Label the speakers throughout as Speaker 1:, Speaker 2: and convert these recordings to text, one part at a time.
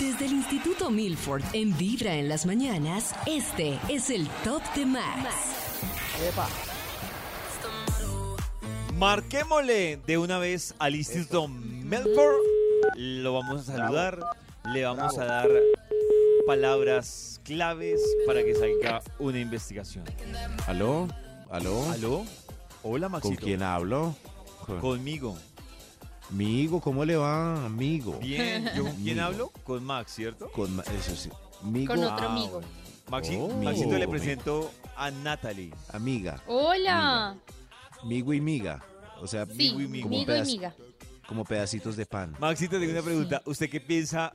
Speaker 1: Desde el Instituto Milford en Vibra en las mañanas, este es el Top de Max.
Speaker 2: Marquémosle de una vez al Instituto Melbourne. Lo vamos a saludar. Le vamos a dar palabras claves para que salga una investigación.
Speaker 3: ¿Aló? ¿Aló?
Speaker 2: ¿Aló? Hola,
Speaker 3: ¿Con
Speaker 2: Maxito.
Speaker 3: quién hablo? Con-
Speaker 2: Conmigo.
Speaker 3: Amigo, ¿cómo le va, amigo?
Speaker 2: Bien. ¿Yo con quién
Speaker 3: Amigo.
Speaker 2: hablo? Con Max, ¿cierto?
Speaker 3: Con ma- eso sí. Amigo,
Speaker 4: Con otro
Speaker 3: ah,
Speaker 4: amigo.
Speaker 2: Maxi-
Speaker 3: Oh.
Speaker 2: Maxito le
Speaker 3: Amigo.
Speaker 2: presento a Natalie.
Speaker 3: ah, amiga.
Speaker 4: Hola.
Speaker 3: Amigo y miga. O sea,
Speaker 4: Sí,
Speaker 2: Migo y migo.
Speaker 3: Como,
Speaker 4: amigo y
Speaker 3: pedac-
Speaker 4: amiga.
Speaker 3: como pedacitos de pan.
Speaker 2: Maxito, tengo
Speaker 3: Pues
Speaker 2: una pregunta. ¿Usted qué piensa?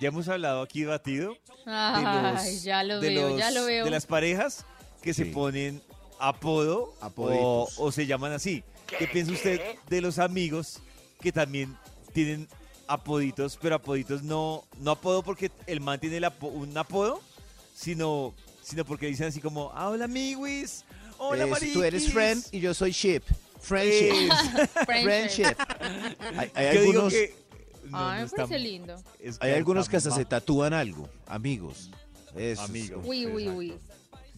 Speaker 2: Ya hemos hablado aquí batido de
Speaker 4: Ay,
Speaker 2: los-
Speaker 4: ya lo
Speaker 2: de
Speaker 4: veo, ya
Speaker 2: los-
Speaker 4: lo veo.
Speaker 2: De las parejas que se
Speaker 3: Sí.
Speaker 2: ponen apodo o,
Speaker 3: Apoditos.
Speaker 2: o se llaman así. ¿Qué, piensa usted de los amigos que también tienen apoditos, pero apoditos no, no apodo porque el man tiene el apo- un apodo, sino, sino porque dicen así como, ah, hola amiguis, hola
Speaker 3: Es- Eh, tú eres
Speaker 2: mariquis".
Speaker 3: friend y yo soy ship. Friendship.
Speaker 2: Es-
Speaker 4: Eh. Friendship.
Speaker 3: Friendship. Hay, hay
Speaker 2: yo digo
Speaker 3: algunos,
Speaker 2: que- no, no
Speaker 4: Ay, me
Speaker 2: está-
Speaker 4: parece lindo.
Speaker 2: es que
Speaker 3: hay algunos que hasta
Speaker 2: está
Speaker 3: se
Speaker 2: ma-
Speaker 3: tatúan algo. Amigos. Eso.
Speaker 2: Amigos.
Speaker 4: Uy, uy,
Speaker 2: Exacto.
Speaker 4: uy.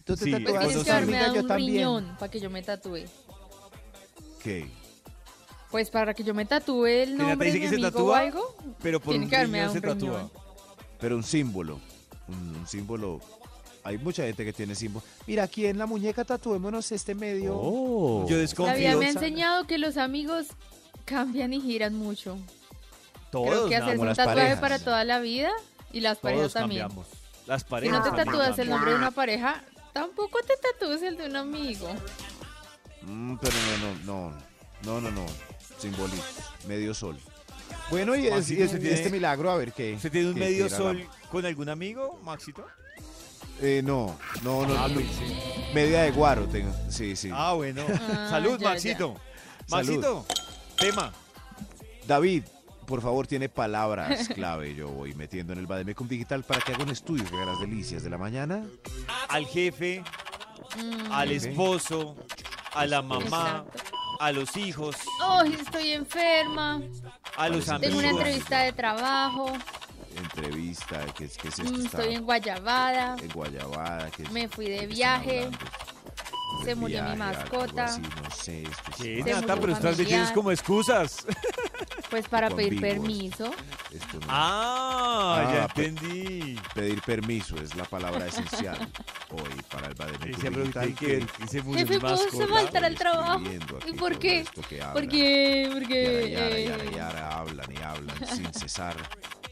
Speaker 3: Tú te
Speaker 2: Sí,
Speaker 3: tatúas
Speaker 4: Pues
Speaker 2: cuando
Speaker 4: tienes
Speaker 3: tus
Speaker 4: que haberme
Speaker 3: amigas,
Speaker 4: dado
Speaker 3: yo
Speaker 4: un
Speaker 3: también.
Speaker 4: riñón para que yo me tatúe.
Speaker 3: ¿Qué?
Speaker 4: Pues para que yo me tatúe el
Speaker 2: Renata
Speaker 4: nombre
Speaker 2: dice
Speaker 4: de
Speaker 2: que
Speaker 4: mi
Speaker 2: se
Speaker 4: amigo o
Speaker 2: tatúa.
Speaker 4: algo.
Speaker 2: Pero por
Speaker 4: Tiene
Speaker 2: un
Speaker 4: que haberme
Speaker 2: riñón
Speaker 4: dado
Speaker 2: se
Speaker 4: un riñón.
Speaker 2: tatúa.
Speaker 3: pero un símbolo. Un, un símbolo. Hay mucha gente que tiene símbolo. Mira, aquí en la muñeca tatuémonos este medio. Oh.
Speaker 2: Yo
Speaker 4: La vida
Speaker 2: desconfío.
Speaker 4: me ha enseñado que los amigos cambian y giran mucho. Creo
Speaker 2: Todos,
Speaker 4: que
Speaker 2: nada
Speaker 4: hacerse
Speaker 3: como
Speaker 4: un
Speaker 3: las
Speaker 4: tatuaje
Speaker 3: parejas.
Speaker 4: para toda la vida y las parejas
Speaker 2: Todos
Speaker 4: también.
Speaker 2: cambiamos. Las
Speaker 4: Si
Speaker 2: parejas.
Speaker 4: no te
Speaker 2: también
Speaker 4: tatúas el
Speaker 2: cambian.
Speaker 4: nombre de una pareja, tampoco te tatúes el de un amigo.
Speaker 3: Mm, pero no, no, no. No, no, no. Simbolito. Medio sol. Bueno, y, es-
Speaker 2: Maxito,
Speaker 3: y es-
Speaker 2: ¿se
Speaker 3: y
Speaker 2: tiene-
Speaker 3: este milagro, a ver qué.
Speaker 2: ¿Usted tiene un
Speaker 3: qué-
Speaker 2: medio
Speaker 3: qué era
Speaker 2: sol con algún amigo, Maxito?
Speaker 3: la- eh, no, no, no. no, Media de guaro tengo. Sí, sí.
Speaker 2: Ah, bueno.
Speaker 4: Ah,
Speaker 2: Salud,
Speaker 4: ya,
Speaker 2: Maxito.
Speaker 3: ya.
Speaker 2: Maxito, tema.
Speaker 3: David, por favor, tiene palabras clave. Yo voy metiendo en el Bademecum Digital para que haga un estudio de las delicias de la mañana.
Speaker 2: Al jefe,
Speaker 4: Mm.
Speaker 2: al
Speaker 3: Jefe.
Speaker 2: esposo, a la mamá,
Speaker 4: Exacto.
Speaker 2: a los hijos,
Speaker 4: Ay, estoy enferma.
Speaker 2: a los
Speaker 3: Tengo
Speaker 4: Tengo
Speaker 2: amigos.
Speaker 4: una entrevista de trabajo.
Speaker 3: Entrevista, ¿qué, es- qué es esto?
Speaker 4: Mm,
Speaker 3: Está- eh,
Speaker 4: Estoy en Guayabada.
Speaker 3: en Guayabada. Que
Speaker 4: Me fui de
Speaker 3: que están
Speaker 4: viaje,
Speaker 3: hablando.
Speaker 4: se
Speaker 3: Del
Speaker 4: murió mi
Speaker 3: viaje, algo
Speaker 4: mascota.
Speaker 3: así, no sé, esto es-
Speaker 2: ¿Qué,
Speaker 4: Se
Speaker 2: Nata?
Speaker 4: murió
Speaker 2: Pero estás
Speaker 4: familiar.
Speaker 2: metiendo como excusas.
Speaker 4: Pues para
Speaker 3: Con
Speaker 4: pedir
Speaker 3: vivos.
Speaker 4: permiso.
Speaker 3: esto no-
Speaker 2: Ah, ya
Speaker 3: Ah, pe-
Speaker 2: entendí.
Speaker 3: Pedir permiso es la palabra esencial hoy para el
Speaker 2: Y
Speaker 3: Bademecum
Speaker 2: se preguntó
Speaker 3: Digital.
Speaker 2: que que se murió
Speaker 4: Jefe,
Speaker 2: mi
Speaker 4: ¿puedo
Speaker 2: mascota.
Speaker 4: usar Faltar al
Speaker 3: Estoy
Speaker 4: trabajo.
Speaker 3: escribiendo aquí
Speaker 4: ¿Y por
Speaker 3: todo
Speaker 4: qué?
Speaker 3: esto que hablan.
Speaker 4: Porque,
Speaker 3: Yara,
Speaker 4: porque.
Speaker 3: yara,
Speaker 4: eh,
Speaker 3: yara, yara, hablan y hablan sin cesar.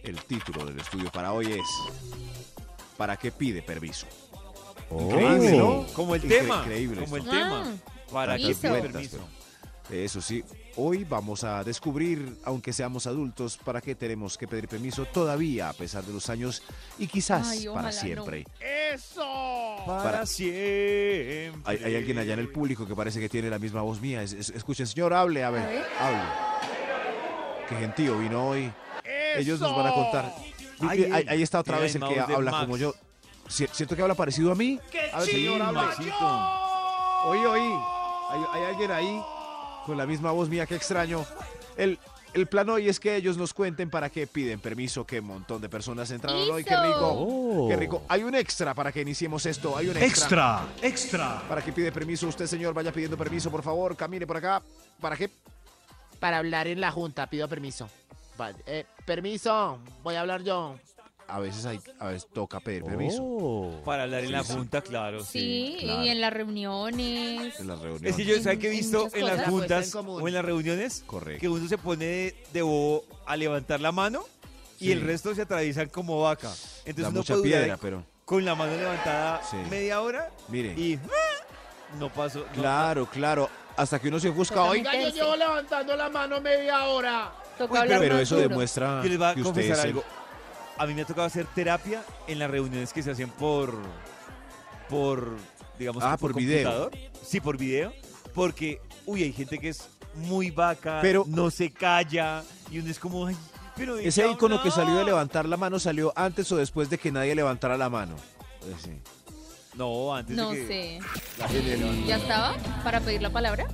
Speaker 3: El título del estudio para hoy es ¿Para qué pide permiso? Oh.
Speaker 2: Increíble, ¿no? Como el
Speaker 3: Incre-
Speaker 2: tema.
Speaker 3: Increíble
Speaker 2: Como el
Speaker 3: esto.
Speaker 2: tema. Para que
Speaker 4: Ah, listo.
Speaker 2: pida
Speaker 3: Vueltas,
Speaker 2: permiso.
Speaker 3: eh, Eso sí, hoy vamos a descubrir, aunque seamos adultos, para qué tenemos que pedir permiso todavía a pesar de los años y quizás
Speaker 4: Ay, ojalá
Speaker 3: para
Speaker 4: no.
Speaker 3: siempre.
Speaker 2: Para,
Speaker 3: Para-
Speaker 2: siempre.
Speaker 3: Hay, hay alguien allá en el público que parece que tiene la misma voz mía. Es- es- escuchen, señor, hable, a ver,
Speaker 4: A ver.
Speaker 3: hable. Qué gentío vino hoy. Ellos nos van a contar. Mire,
Speaker 2: Ay,
Speaker 3: ahí, ahí está otra
Speaker 2: mira
Speaker 3: vez
Speaker 2: el
Speaker 3: el que
Speaker 2: mouse de
Speaker 3: habla
Speaker 2: Max.
Speaker 3: como yo. Si- ¿Siento que habla parecido a mí? A ver,
Speaker 2: Sí,
Speaker 3: señor, hable.
Speaker 2: Maxito.
Speaker 3: Oí, oí. Hay, hay alguien ahí con la misma voz mía, qué extraño. El, el plan hoy es que ellos nos cuenten para qué piden permiso, qué montón de personas entraron hoy, qué
Speaker 4: ¡Eso!
Speaker 3: rico. Qué rico. Hay un extra para que iniciemos esto, hay un extra.
Speaker 5: Oh. Extra, extra.
Speaker 3: ¿Para qué pide permiso usted, señor? Vaya pidiendo permiso, por favor, camine por acá. ¿Para qué?
Speaker 6: Para hablar en la junta, pido permiso. Va- eh, permiso, voy a hablar yo.
Speaker 3: A veces hay, a veces toca
Speaker 2: Oh.
Speaker 3: pedir permiso Oh.
Speaker 2: Para hablar en la
Speaker 3: Sí, sí.
Speaker 2: junta, claro.
Speaker 4: sí,
Speaker 3: claro.
Speaker 4: y en las reuniones.
Speaker 3: en las reuniones.
Speaker 2: Es que yo, ¿sabes
Speaker 4: En-
Speaker 2: qué he
Speaker 4: en
Speaker 2: visto
Speaker 4: muchas
Speaker 2: en las
Speaker 4: cosas.
Speaker 2: juntas
Speaker 6: Puesta en común.
Speaker 2: o en las reuniones?
Speaker 3: Correcto.
Speaker 2: Que uno se pone de, de bobo a levantar la mano y
Speaker 3: Sí.
Speaker 2: el resto se atraviesan como vaca. Entonces
Speaker 3: Da
Speaker 2: uno
Speaker 3: mucha
Speaker 2: puede durar
Speaker 3: piedra, pero
Speaker 2: con la mano levantada
Speaker 3: Sí.
Speaker 2: media hora
Speaker 3: mire.
Speaker 2: y ¡ah! no pasó. no-
Speaker 3: Claro, claro. Hasta que uno se ofusca
Speaker 4: Toca
Speaker 3: hoy.
Speaker 4: meterse.
Speaker 6: levantando la mano media hora.
Speaker 4: Toca
Speaker 2: Uy,
Speaker 4: hablar
Speaker 3: Pero
Speaker 4: más
Speaker 3: eso
Speaker 4: duro.
Speaker 3: demuestra
Speaker 2: Yo les voy a
Speaker 3: Ah, que usted
Speaker 2: confesar
Speaker 3: es el-
Speaker 2: algo. a mí me ha tocado hacer terapia en las reuniones que se hacen por, por digamos,
Speaker 3: Ah,
Speaker 2: que
Speaker 3: por video.
Speaker 2: computador. Sí, por video, porque, uy, hay gente que es muy vaca,
Speaker 3: Pero-
Speaker 2: no se calla, y uno es como, ay, pero...
Speaker 3: Ese
Speaker 2: ella
Speaker 3: icono que salió de
Speaker 2: habló".
Speaker 3: levantar la mano salió antes o después de que nadie levantara la mano. Eh, sí.
Speaker 2: No, antes
Speaker 4: No
Speaker 2: de que...
Speaker 4: sé.
Speaker 3: La gente levantó.
Speaker 4: ¿Ya estaba? ¿Para pedir la palabra?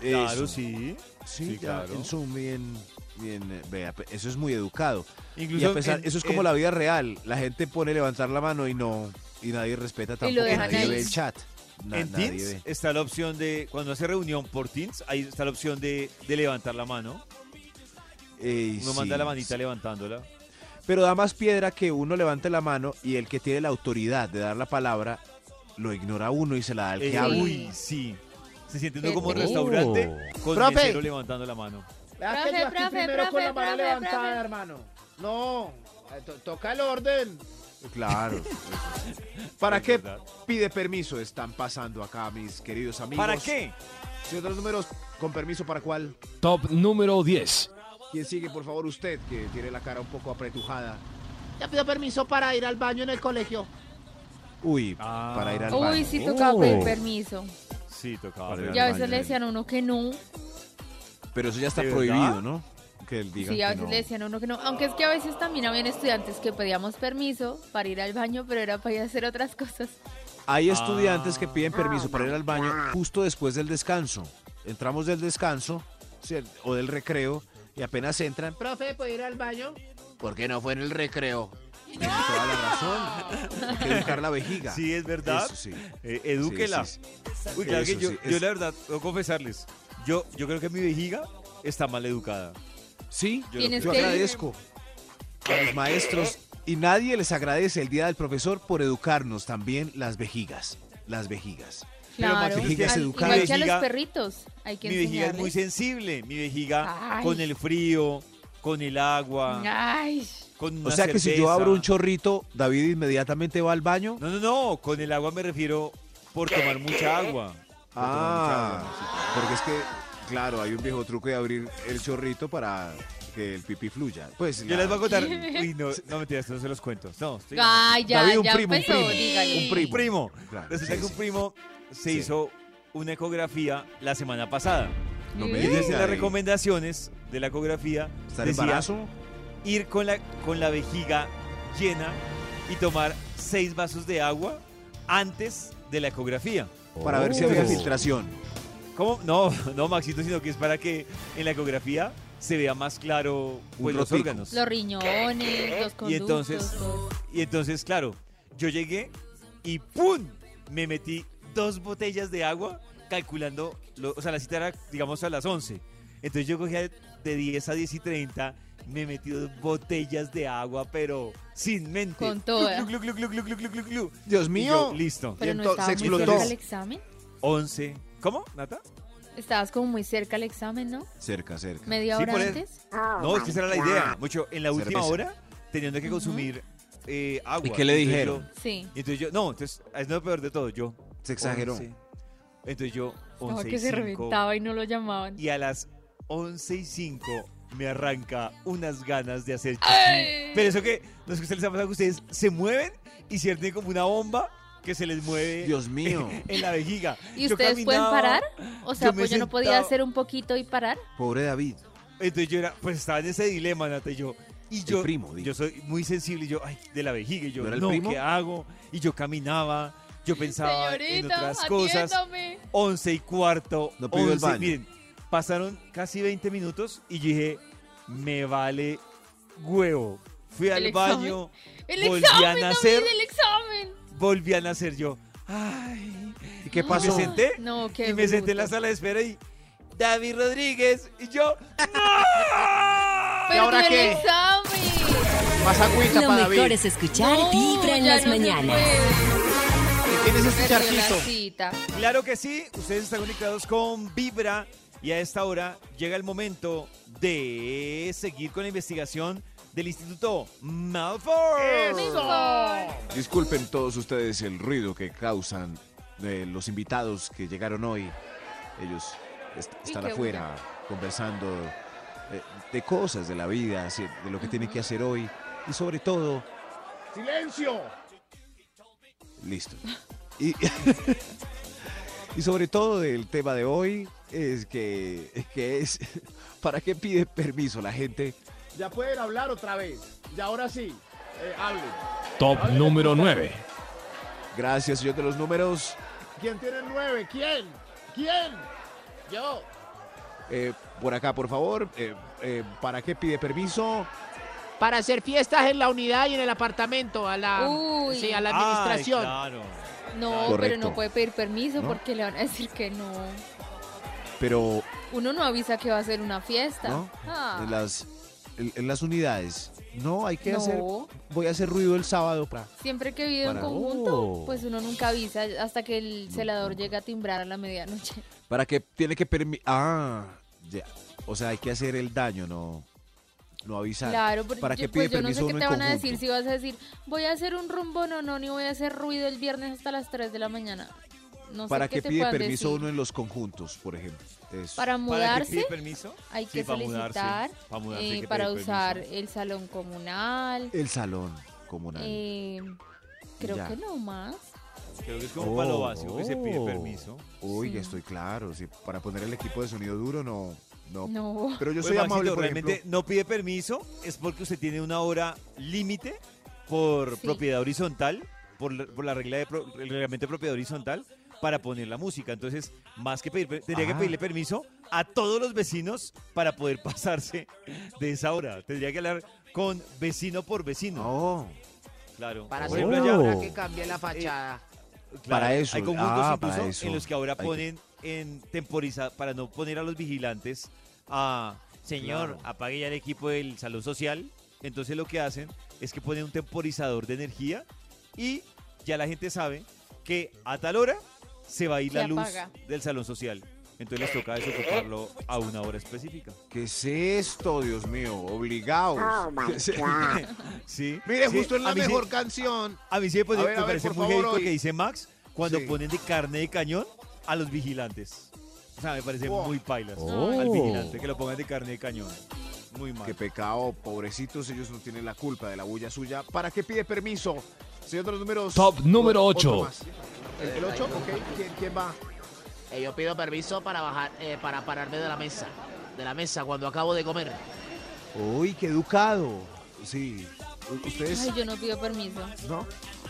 Speaker 2: Claro,
Speaker 3: Eso.
Speaker 2: sí.
Speaker 3: Sí,
Speaker 2: Sí,
Speaker 3: ya,
Speaker 2: claro.
Speaker 3: en Zoom bien, bien, eh, vea, pe- eso es muy educado.
Speaker 2: Incluso
Speaker 3: Y a pesar,
Speaker 2: en-
Speaker 3: eso es como
Speaker 2: en-
Speaker 3: la vida real. La gente pone levantar la mano y no, y nadie respeta tampoco,
Speaker 4: dejan
Speaker 3: nadie
Speaker 4: ahí.
Speaker 3: ve el chat. Na-
Speaker 2: en
Speaker 3: nadie
Speaker 2: Teams
Speaker 3: ve.
Speaker 2: está la opción de, cuando hace reunión por Teams, ahí está la opción de, de levantar la mano.
Speaker 3: Eh,
Speaker 2: Uno
Speaker 3: sí,
Speaker 2: manda la
Speaker 3: sí.
Speaker 2: manita levantándola.
Speaker 3: Pero da más piedra que uno levante la mano y el que tiene la autoridad de dar la palabra lo ignora a uno y se la da al que
Speaker 2: Eh,
Speaker 3: habla.
Speaker 2: Uy, sí. Se siente uno
Speaker 4: Qué
Speaker 2: como en
Speaker 4: triste.
Speaker 2: restaurante con
Speaker 6: Profe.
Speaker 2: mesero levantando la mano.
Speaker 6: Vea que
Speaker 4: Profe,
Speaker 6: yo aquí
Speaker 4: profe,
Speaker 6: primero con la
Speaker 4: profe,
Speaker 6: mano
Speaker 4: profe,
Speaker 6: levantada,
Speaker 4: profe.
Speaker 6: hermano. No, eh, to- toca el orden.
Speaker 3: Claro. ¿Para
Speaker 2: Es
Speaker 3: qué
Speaker 2: verdad.
Speaker 3: pide permiso? Están pasando acá, mis queridos amigos.
Speaker 2: ¿Para qué?
Speaker 3: Señor de los números, con permiso para cuál?
Speaker 5: Top número 10.
Speaker 3: ¿Quién sigue, por favor, usted, que tiene la cara un poco apretujada?
Speaker 6: Ya pido permiso para ir al baño en el colegio.
Speaker 3: Uy,
Speaker 2: Ah.
Speaker 3: para ir al baño.
Speaker 4: Uy, sí tocaba pedir permiso.
Speaker 2: Sí, tocaba.
Speaker 3: Para
Speaker 2: ver.
Speaker 3: Al
Speaker 4: Y a
Speaker 3: baño,
Speaker 4: veces le
Speaker 3: al
Speaker 4: decían a uno que no.
Speaker 3: Pero eso ya está
Speaker 2: ¿De
Speaker 3: prohibido,
Speaker 2: verdad?
Speaker 3: ¿no? Que él diga.
Speaker 4: Sí,
Speaker 3: que
Speaker 4: a veces
Speaker 3: no.
Speaker 4: le decían a uno que no. Aunque es que a veces también habían estudiantes que pedíamos permiso para ir al baño, pero era para ir a hacer otras cosas.
Speaker 3: Hay estudiantes que
Speaker 2: Ah.
Speaker 3: piden permiso para ir al baño justo después del descanso. Entramos del descanso ¿sí? o del recreo y apenas entran.
Speaker 6: Profe, ¿puedo ir al baño?
Speaker 3: ¿Por qué no fue en el recreo? Tiene toda la razón. Hay que educar la vejiga.
Speaker 2: Sí, es verdad.
Speaker 3: Eso sí.
Speaker 2: Eh, edúquela.
Speaker 3: Sí, sí,
Speaker 2: Uy, claro que
Speaker 3: Eso
Speaker 2: yo,
Speaker 3: sí,
Speaker 2: yo
Speaker 3: es-
Speaker 2: la verdad, tengo que confesarles, yo, yo creo que mi vejiga está mal educada.
Speaker 3: Sí,
Speaker 2: Yo,
Speaker 4: Tienes
Speaker 3: yo
Speaker 4: que ir.
Speaker 3: agradezco a los maestros y nadie les agradece el Día del Profesor por educarnos también las vejigas. Las vejigas.
Speaker 2: Pero, Max,
Speaker 4: Claro.
Speaker 2: es que
Speaker 4: Al-
Speaker 3: educar
Speaker 4: Igual que a los
Speaker 2: vejiga-
Speaker 4: perritos. Hay que
Speaker 2: mi vejiga es muy
Speaker 4: enseñarles.
Speaker 2: sensible. Mi vejiga
Speaker 4: Ay.
Speaker 2: con el frío, con el agua,
Speaker 4: Ay,
Speaker 2: con
Speaker 3: O
Speaker 2: una
Speaker 3: sea que si yo
Speaker 2: cerveza.
Speaker 3: abro un chorrito, David inmediatamente va al baño.
Speaker 2: No, no, no. Con el agua me refiero por tomar mucha agua.
Speaker 3: pues,
Speaker 2: Por tomar mucha agua.
Speaker 3: Ah, porque es que, claro, hay un viejo truco de abrir el chorrito para que el pipí fluya. Pues
Speaker 2: Yo
Speaker 3: la-
Speaker 2: les voy a contar. Uy, no, no mentiras, no se los cuento. No, estoy-
Speaker 4: ay, ya,
Speaker 3: David, un
Speaker 4: ya
Speaker 3: primo, un
Speaker 4: empezó.
Speaker 3: primo,
Speaker 4: dígale.
Speaker 3: un primo.
Speaker 2: primo.
Speaker 3: Claro,
Speaker 2: Resulta
Speaker 3: sí,
Speaker 2: que un
Speaker 3: sí.
Speaker 2: primo se
Speaker 3: Sí.
Speaker 2: hizo una ecografía la semana pasada.
Speaker 3: No me
Speaker 4: Sí.
Speaker 2: Y entonces en
Speaker 3: diga,
Speaker 2: las
Speaker 3: eh,
Speaker 2: recomendaciones de la ecografía
Speaker 3: ¿Está en
Speaker 2: decía
Speaker 3: embarazo?
Speaker 2: ir con la, con la vejiga llena y tomar seis vasos de agua antes de la ecografía.
Speaker 3: Para ver si había
Speaker 2: Oh.
Speaker 3: filtración.
Speaker 2: ¿Cómo? No, no, Maxito, sino que es para que en la ecografía se vea más claro pues,
Speaker 3: Un
Speaker 2: los
Speaker 3: ratico.
Speaker 2: órganos.
Speaker 4: Los riñones, los conductos.
Speaker 2: Y entonces-
Speaker 4: todo.
Speaker 2: Y entonces, claro, yo llegué y ¡pum! Me metí dos botellas de agua calculando, lo- o sea, la cita era, digamos, a las 11. Entonces yo cogía de 10 a 10 y 30, me metí dos botellas de agua, pero sin mente.
Speaker 4: Con toda.
Speaker 2: Glu, glu, glu, glu, glu, glu, glu, glu.
Speaker 3: Dios
Speaker 2: Y
Speaker 3: mío.
Speaker 2: yo, listo.
Speaker 4: Pero no
Speaker 3: entonces
Speaker 4: estabas muy
Speaker 3: explotó.
Speaker 4: cerca al examen.
Speaker 2: 11. ¿Cómo, Nata?
Speaker 4: Estabas como muy cerca al examen, ¿no?
Speaker 3: Cerca, cerca.
Speaker 4: Media
Speaker 2: Sí,
Speaker 4: hora
Speaker 2: por el-
Speaker 4: antes.
Speaker 2: No, es que esa era la idea. Mucho, en la última
Speaker 3: Cerveza.
Speaker 2: hora, teniendo que
Speaker 4: Ujú.
Speaker 2: consumir eh, agua.
Speaker 3: ¿Y qué le
Speaker 2: Entonces
Speaker 3: dijeron?
Speaker 2: yo-
Speaker 4: Sí.
Speaker 2: entonces yo, no, entonces, es lo peor de todo, yo,
Speaker 3: Se exageró.
Speaker 2: 11. Entonces yo,
Speaker 4: Estaba
Speaker 2: 11 y
Speaker 4: que se
Speaker 2: 5,
Speaker 4: reventaba y no lo llamaban.
Speaker 2: Y a las 11 y 5 me arranca unas ganas de hacer chichi.
Speaker 4: ¡Ay!
Speaker 2: Pero eso que, no sé qué se les ha pasado, que ustedes se mueven y sienten como una bomba que se les mueve
Speaker 3: Dios mío.
Speaker 2: en la vejiga.
Speaker 4: ¿Y
Speaker 2: Yo
Speaker 4: ustedes pueden
Speaker 2: caminaba,
Speaker 4: parar? O sea,
Speaker 2: yo me
Speaker 4: pues yo no podía
Speaker 2: sentaba.
Speaker 4: hacer un poquito y parar.
Speaker 3: Pobre David.
Speaker 2: Entonces yo era, pues estaba en ese dilema, Nata, y yo. Y yo,
Speaker 3: primo, digo.
Speaker 2: yo soy muy sensible y yo, ay, de la vejiga, y yo,
Speaker 3: ¿No era
Speaker 2: no,
Speaker 3: el primo?
Speaker 2: ¿qué hago? Y yo caminaba, yo pensaba en
Speaker 4: Señorita,
Speaker 2: otras cosas.
Speaker 4: atiéndame.
Speaker 2: 11 y cuarto.
Speaker 3: No pidió el
Speaker 2: 11.
Speaker 3: baño.
Speaker 2: Miren, pasaron casi 20 minutos y yo dije, me vale huevo. Fui al
Speaker 4: El
Speaker 2: baño,
Speaker 4: El
Speaker 2: Volvían
Speaker 4: examen,
Speaker 2: a
Speaker 4: David,
Speaker 2: hacer-
Speaker 4: el examen.
Speaker 2: volví a nacer yo. Ay.
Speaker 3: ¿Y qué
Speaker 4: Ah,
Speaker 3: pasó?
Speaker 2: Me senté
Speaker 4: No, qué
Speaker 2: y me senté en la
Speaker 4: bruto.
Speaker 2: sala de espera y David Rodríguez y yo.
Speaker 4: Pero
Speaker 6: ahora
Speaker 4: tuve
Speaker 6: qué?
Speaker 4: el examen.
Speaker 6: Más agüita
Speaker 1: Lo
Speaker 6: para
Speaker 1: mejor
Speaker 6: David.
Speaker 1: es escuchar
Speaker 4: No,
Speaker 1: Vibra en
Speaker 4: ya
Speaker 1: las
Speaker 4: no se
Speaker 1: mañanas.
Speaker 4: puede.
Speaker 6: ¿Y ¿Quién es este
Speaker 4: Perdió la
Speaker 6: charquito?
Speaker 4: cita.
Speaker 2: Claro que sí, ustedes están conectados con Vibra y a esta hora llega el momento de seguir con la investigación del Instituto Malfoy.
Speaker 3: Disculpen todos ustedes el ruido que causan eh, los invitados que llegaron hoy. Ellos est-
Speaker 4: Y
Speaker 3: están
Speaker 4: qué
Speaker 3: afuera conversando eh, de cosas de la vida, así, de lo que tienen que hacer hoy. y sobre todo,
Speaker 7: ¡Silencio!
Speaker 3: listo. Y, y sobre todo del tema de hoy es que, es que es, ¿para qué pide permiso la gente?
Speaker 7: Ya pueden hablar otra vez. Y ahora sí, eh, hablen.
Speaker 5: Top número 9.
Speaker 3: Gracias, señor de los números.
Speaker 7: ¿Quién tiene nueve? ¿Quién? ¿Quién? Yo.
Speaker 3: Eh, por acá, por favor. Eh, eh, ¿Para qué pide permiso?
Speaker 6: Para hacer fiestas en la unidad y en el apartamento, a la,
Speaker 4: Uy.
Speaker 6: sí, a la administración.
Speaker 2: Ay, claro.
Speaker 4: No, pero
Speaker 3: Correcto.
Speaker 4: no puede pedir permiso
Speaker 3: ¿No?
Speaker 4: porque le van a decir que no.
Speaker 3: Pero
Speaker 4: Uno no avisa que va a ser una fiesta.
Speaker 3: ¿no?
Speaker 4: Ah,
Speaker 3: En las, en, en las unidades. No, hay que
Speaker 4: no.
Speaker 3: hacer. Voy a hacer ruido el sábado. pa.
Speaker 4: Siempre que vive en
Speaker 3: Para-
Speaker 4: conjunto,
Speaker 3: Oh.
Speaker 4: pues uno nunca avisa hasta que el celador llega a timbrar a la medianoche.
Speaker 3: Para que tiene que permitir. Ah, ya. O sea, hay que hacer el daño, no, no avisar.
Speaker 4: Claro, porque
Speaker 3: ¿Para
Speaker 4: yo,
Speaker 3: qué
Speaker 4: pues
Speaker 3: pide
Speaker 4: yo no
Speaker 3: permiso
Speaker 4: sé qué
Speaker 3: uno
Speaker 4: te
Speaker 3: en
Speaker 4: van a
Speaker 3: conjunto?
Speaker 4: decir si vas a decir, voy a hacer un rumbo no no ni voy a hacer ruido el viernes hasta las 3 de la mañana. No
Speaker 3: ¿Para
Speaker 4: sé qué
Speaker 3: qué
Speaker 4: te
Speaker 3: pide
Speaker 4: puedan
Speaker 3: permiso
Speaker 4: decir.
Speaker 3: uno en los conjuntos, por ejemplo? Eso.
Speaker 2: ¿Para
Speaker 4: Para
Speaker 2: qué
Speaker 4: mudarse
Speaker 2: pide permiso?
Speaker 4: hay que
Speaker 2: Sí, para mudarse,
Speaker 4: solicitar
Speaker 2: para mudarse
Speaker 4: eh,
Speaker 2: hay que
Speaker 4: para
Speaker 2: pedir
Speaker 4: usar
Speaker 2: permiso.
Speaker 4: el salón comunal.
Speaker 3: El salón comunal.
Speaker 4: eh, creo
Speaker 3: Ya.
Speaker 4: que no más.
Speaker 2: Creo que es como para lo básico que se pide
Speaker 3: Oh.
Speaker 2: permiso.
Speaker 3: Uy,
Speaker 4: Sí.
Speaker 3: ya estoy claro. sí, para poner el equipo de sonido duro, no. No.
Speaker 4: No.
Speaker 3: Pero yo
Speaker 2: Pues,
Speaker 3: soy
Speaker 2: Maxito,
Speaker 3: amable, por
Speaker 2: realmente
Speaker 3: ejemplo.
Speaker 2: no pide permiso, es porque usted tiene una hora límite por
Speaker 4: Sí.
Speaker 2: propiedad horizontal, por, la- por la regla de pro- el reglamento de propiedad horizontal para poner la música. Entonces, más que pedir, per- tendría
Speaker 3: Ah.
Speaker 2: que pedirle permiso a todos los vecinos para poder pasarse de esa hora. Tendría que hablar con vecino por vecino.
Speaker 3: No.
Speaker 2: Claro.
Speaker 6: Para
Speaker 2: Por
Speaker 6: hacer
Speaker 2: ejemplo,
Speaker 6: una
Speaker 2: allá-
Speaker 6: obra que cambie la fachada.
Speaker 2: Claro,
Speaker 3: Para eso,
Speaker 2: Hay conjuntos
Speaker 3: ah,
Speaker 2: incluso
Speaker 3: para eso.
Speaker 2: en los que ahora
Speaker 3: Hay que-
Speaker 2: ponen en temporizar para no poner a los vigilantes a señor,
Speaker 3: Claro.
Speaker 2: apague ya el equipo del salón social. Entonces lo que hacen es que ponen un temporizador de energía y ya la gente sabe que a tal hora se va a ir
Speaker 4: Se
Speaker 2: la luz
Speaker 4: apaga.
Speaker 2: del salón social. Entonces les toca desocuparlo a una hora específica.
Speaker 3: ¿Qué es esto, Dios mío? Obligados. ¿Qué es-
Speaker 2: Sí.
Speaker 3: Mire,
Speaker 2: sí,
Speaker 3: justo en
Speaker 2: a
Speaker 3: la
Speaker 2: mí sí-
Speaker 3: mejor canción.
Speaker 2: a mí sí me, pone-
Speaker 3: A ver,
Speaker 2: me
Speaker 3: a ver,
Speaker 2: parece
Speaker 3: por
Speaker 2: muy
Speaker 3: favor,
Speaker 2: heavy lo
Speaker 3: hoy.
Speaker 2: que dice Max cuando
Speaker 3: Sí.
Speaker 2: ponen de carne de cañón a los vigilantes. O sea, me parece
Speaker 3: Wow.
Speaker 2: muy pailas
Speaker 5: Oh.
Speaker 2: al vigilante que lo pongan de carne de cañón. Muy mal.
Speaker 3: Qué pecado, pobrecitos, ellos no tienen la culpa de la bulla suya. ¿Para qué pide permiso? Señor de los números.
Speaker 5: Top número
Speaker 3: Otro
Speaker 5: ocho.
Speaker 3: más. ¿El, 8? Ok. ¿Quién, quién va?
Speaker 6: Eh, yo pido permiso para bajar, eh, para pararme de la mesa. De la mesa cuando acabo de comer.
Speaker 3: Uy, qué educado. Sí. U- ¿Ustedes
Speaker 4: Ay, yo no pido permiso.
Speaker 3: no?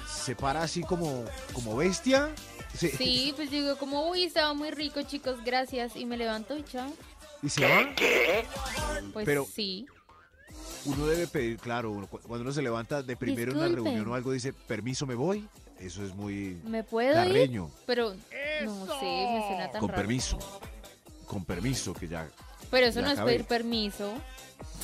Speaker 3: ¿Se para así como, como bestia?
Speaker 4: Sí, pues yo digo como, uy, estaba muy rico, chicos, gracias. Y me levanto y chao.
Speaker 3: ¿Y se va?
Speaker 4: Pues
Speaker 3: Pero-
Speaker 4: sí.
Speaker 3: Uno debe pedir, claro, uno cu- cuando uno se levanta de primero en una
Speaker 4: Disculpen.
Speaker 3: reunión o algo, dice, permiso, me voy. Eso es muy
Speaker 4: ¿Me puedo ir?
Speaker 3: carreño.
Speaker 4: Pero no sé, me suena tan
Speaker 3: Con
Speaker 4: raro.
Speaker 3: permiso. Con permiso, que ya.
Speaker 4: Pero eso
Speaker 3: Ya
Speaker 4: no es
Speaker 3: acabé.
Speaker 4: pedir permiso.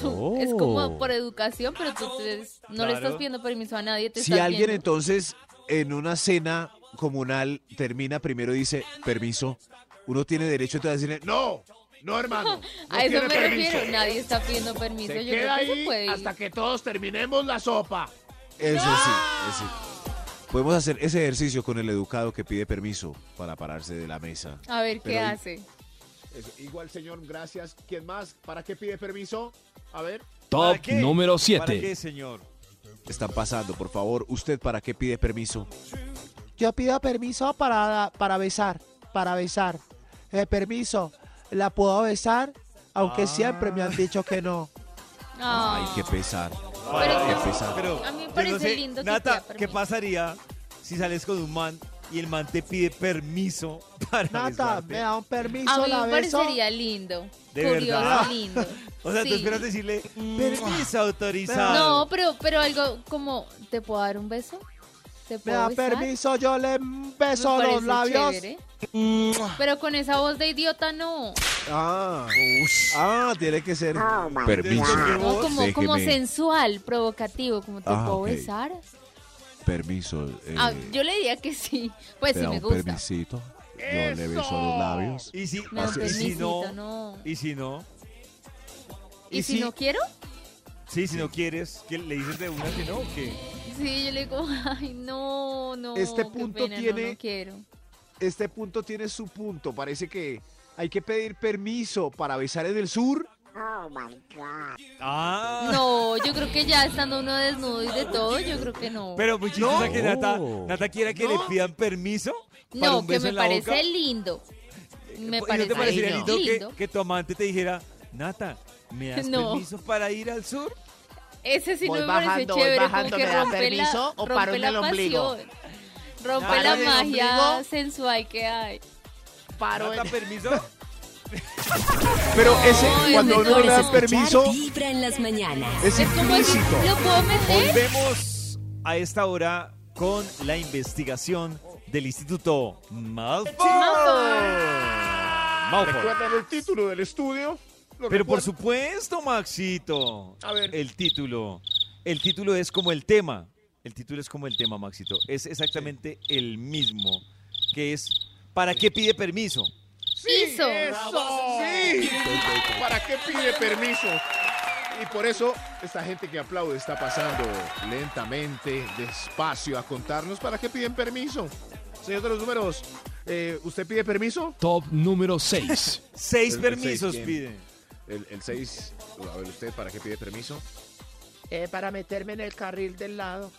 Speaker 4: Tú- Es como por educación, pero tú te- no le estás
Speaker 2: Claro.
Speaker 4: pidiendo permiso a nadie. Te
Speaker 3: Si
Speaker 4: estás
Speaker 3: alguien
Speaker 4: viendo.
Speaker 3: entonces en una cena comunal termina primero y dice, permiso, uno tiene derecho entonces a decirle, no,
Speaker 7: No, no, hermano. No
Speaker 4: A eso
Speaker 7: tiene
Speaker 4: me
Speaker 7: permiso.
Speaker 4: refiero. Nadie está pidiendo permiso.
Speaker 7: Se
Speaker 4: yo creo
Speaker 7: queda
Speaker 4: que se
Speaker 7: ahí
Speaker 4: puede ir.
Speaker 7: hasta que todos terminemos la sopa.
Speaker 3: eso sí, eso sí. Podemos hacer ese ejercicio con el educado que pide permiso para pararse de la mesa.
Speaker 4: A ver qué
Speaker 3: Pero ahí-
Speaker 4: hace.
Speaker 7: Eso, Igual, señor, gracias. ¿Quién más? ¿Para qué pide permiso? A ver.
Speaker 5: Top
Speaker 2: ¿Para qué?
Speaker 5: número
Speaker 2: ¿Para qué,
Speaker 5: 7.
Speaker 2: señor?
Speaker 3: Están pasando, por favor, ¿usted para qué pide permiso?
Speaker 6: Yo pido permiso para, para besar, para besar. Eh, permiso, la puedo besar, aunque
Speaker 2: Ah. siempre me
Speaker 6: han dicho que no.
Speaker 3: Ay, qué
Speaker 4: Ah.
Speaker 3: pesar.
Speaker 4: Pero-
Speaker 3: qué
Speaker 2: pues.
Speaker 3: pesar.
Speaker 2: Pero
Speaker 4: A mí me
Speaker 2: yo no
Speaker 4: parece
Speaker 2: sé,
Speaker 4: lindo que
Speaker 2: Nata,
Speaker 4: pida permiso.
Speaker 2: ¿qué pasaría si sales con un man y el man te pide permiso para besarte?
Speaker 6: da un permiso,
Speaker 4: A mí me parecería lindo.
Speaker 2: ¿De
Speaker 4: curioso,
Speaker 2: verdad?
Speaker 4: lindo.
Speaker 2: O sea,
Speaker 4: Sí.
Speaker 2: tú esperas decirle
Speaker 6: Mm.
Speaker 2: permiso autorizado.
Speaker 4: No, pero, pero algo como, ¿te puedo dar un beso? ¿Te puedo besar?
Speaker 6: yo le
Speaker 4: Me parece chévere. Pero con esa voz de idiota no.
Speaker 3: Ah, ah, tiene que ser permiso.
Speaker 4: No, como, como
Speaker 3: Déjeme.
Speaker 4: sensual, provocativo, como te
Speaker 3: Ah,
Speaker 4: puedo
Speaker 3: ok.
Speaker 4: besar.
Speaker 3: Permiso. eh,
Speaker 4: Ah, yo le diría que sí. Pues
Speaker 3: te
Speaker 4: sí
Speaker 3: da
Speaker 4: me
Speaker 3: un
Speaker 4: gusta.
Speaker 3: permisito. Yo le beso los labios.
Speaker 2: Y si,
Speaker 4: Me da un
Speaker 2: Ah, y si
Speaker 4: permisito,
Speaker 2: no,
Speaker 4: no.
Speaker 2: y si no,
Speaker 4: ¿Y, si no quiero?
Speaker 2: sí, si no quieres, ¿qué le dices de una que no o qué?
Speaker 4: Sí, yo le digo, ay, no, no.
Speaker 3: Este
Speaker 4: qué
Speaker 3: punto
Speaker 4: pena, no, No,
Speaker 3: tiene-
Speaker 4: quiero.
Speaker 3: Este punto tiene su punto. Parece que hay que pedir permiso para besar en el sur.
Speaker 2: Ah.
Speaker 4: No, yo creo que ya estando uno desnudo y de todo, yo creo que no.
Speaker 2: Pero muy chistosa que Nata, Nata quiera que le pidan permiso para
Speaker 4: no,
Speaker 2: un
Speaker 4: que
Speaker 2: beso
Speaker 4: me
Speaker 2: en la
Speaker 4: parece
Speaker 2: boca.
Speaker 4: lindo. Me
Speaker 2: ¿Y no
Speaker 4: parece
Speaker 2: te parecería
Speaker 1: Ay, no.
Speaker 2: lindo,
Speaker 4: lindo.
Speaker 2: Que, que tu amante te dijera, Nata, ¿me das
Speaker 4: No.
Speaker 2: permiso para ir al sur?
Speaker 4: Ese sí
Speaker 8: Voy
Speaker 4: no me parece
Speaker 8: bajando, voy
Speaker 4: chévere.
Speaker 8: bajando,
Speaker 4: como que
Speaker 8: ¿me da
Speaker 4: rompe la,
Speaker 8: permiso o
Speaker 4: rompe
Speaker 8: paro en
Speaker 4: la
Speaker 8: el ombligo?
Speaker 4: pasión, Rompe
Speaker 8: ¿Paro
Speaker 4: la
Speaker 8: en el
Speaker 4: magia
Speaker 8: ombligo?
Speaker 4: sensual que hay. Ah,
Speaker 8: Paro
Speaker 2: ¿Nata,
Speaker 8: en...
Speaker 2: permiso?
Speaker 4: ¿Eh?
Speaker 3: Pero ese,
Speaker 4: No, es
Speaker 3: cuando no
Speaker 4: mejor
Speaker 3: le dan
Speaker 4: escuchar
Speaker 3: permiso,
Speaker 1: Vibra en las mañanas.
Speaker 3: es
Speaker 4: Es como así,
Speaker 3: implícito.
Speaker 4: ¿lo puedo meter?
Speaker 2: Volvemos a esta hora con la investigación del Instituto Malfoy. Malfoy.
Speaker 7: ¿Recuerdan el título del estudio? ¿Lo
Speaker 2: Pero por
Speaker 7: recuerdan?
Speaker 2: supuesto, Maxito.
Speaker 7: A ver.
Speaker 2: El título. El título es como el tema. El título es como el tema, Maxito. Es exactamente el mismo. Que es ¿Para qué pide permiso?
Speaker 4: Piso.
Speaker 7: ¡Eso! ¡Sí! ¿Para qué pide permiso? Y por eso esta gente que aplaude está pasando lentamente, despacio a contarnos para qué piden permiso. Señor de los números, eh, ¿usted pide permiso?
Speaker 5: Top número 6.
Speaker 2: Seis
Speaker 7: El- el
Speaker 2: permisos
Speaker 7: seis, ¿quién?
Speaker 2: pide.
Speaker 7: El 6, a ver usted, ¿para qué pide permiso?
Speaker 8: Eh, para meterme en el carril del lado.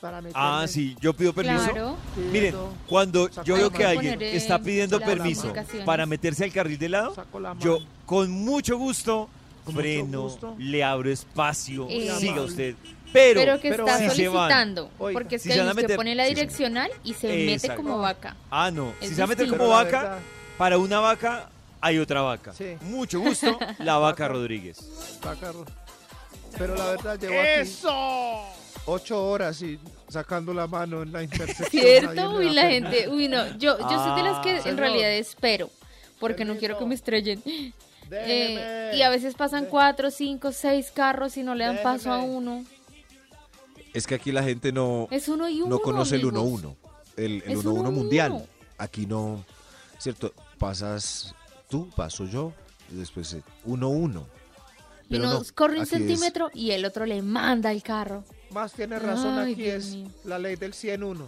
Speaker 8: Para meterme
Speaker 2: Ah, sí, yo pido permiso.
Speaker 4: Claro.
Speaker 2: Miren,
Speaker 8: Pido,
Speaker 2: cuando
Speaker 8: Saco
Speaker 2: yo
Speaker 4: la
Speaker 2: veo que
Speaker 4: mano.
Speaker 2: alguien
Speaker 4: Poner, eh,
Speaker 2: está pidiendo
Speaker 4: las
Speaker 2: permiso
Speaker 4: comunicaciones.
Speaker 2: para meterse al carril de lado,
Speaker 8: saco la mano.
Speaker 2: yo con mucho gusto
Speaker 8: Con mucho
Speaker 2: freno,
Speaker 8: gusto.
Speaker 2: le abro espacio,
Speaker 4: Eh.
Speaker 2: siga usted. Pero,
Speaker 4: Pero que
Speaker 8: pero
Speaker 4: está
Speaker 2: si se van,
Speaker 4: solicitando.
Speaker 8: oiga,
Speaker 4: porque es
Speaker 2: si
Speaker 4: que
Speaker 2: se
Speaker 4: hay
Speaker 2: van a
Speaker 4: unos que
Speaker 2: meter-
Speaker 4: pone la
Speaker 2: sí, sí.
Speaker 4: direccional y se mete
Speaker 2: Exacto.
Speaker 4: como vaca.
Speaker 2: Ah, no.
Speaker 4: Es
Speaker 2: si se va a meter
Speaker 4: distinto.
Speaker 2: como
Speaker 8: Pero la
Speaker 2: vaca,
Speaker 8: verdad-
Speaker 2: para una vaca hay otra vaca.
Speaker 8: Sí.
Speaker 2: Mucho gusto, la vaca Rodríguez.
Speaker 3: Sacarlo. Pero la verdad, llevo aquí ocho horas y
Speaker 4: Eh,
Speaker 3: sacando la mano en la intersección. nadie me
Speaker 4: ¿Cierto?
Speaker 3: da
Speaker 4: Uy, la
Speaker 3: permiso.
Speaker 4: gente. Uy, no. Yo, yo soy de las
Speaker 8: Ah,
Speaker 4: que en
Speaker 7: señor.
Speaker 4: realidad espero. Porque no quiero que
Speaker 7: Permiso.
Speaker 4: me estrellen. Eh,
Speaker 7: Déjeme.
Speaker 4: y a veces pasan cuatro, cinco, seis carros y no le dan
Speaker 7: Déjeme.
Speaker 4: paso a uno.
Speaker 3: Es que aquí la gente no,
Speaker 4: Es uno y uno.
Speaker 3: no conoce el
Speaker 4: amigos.
Speaker 3: 1-1, el, el
Speaker 4: Es
Speaker 3: 1-1
Speaker 4: 1-1.
Speaker 3: mundial. Aquí no, ¿cierto? Pasas tú, paso yo, y después eh, 1-1.
Speaker 4: Y
Speaker 3: Pero
Speaker 4: uno
Speaker 3: no,
Speaker 4: corre un
Speaker 3: aquí es-
Speaker 4: centímetro y el otro le manda el carro.
Speaker 8: Más tiene razón,
Speaker 4: Ay,
Speaker 8: aquí
Speaker 4: Dios
Speaker 8: es
Speaker 4: mío.
Speaker 8: la ley del 101.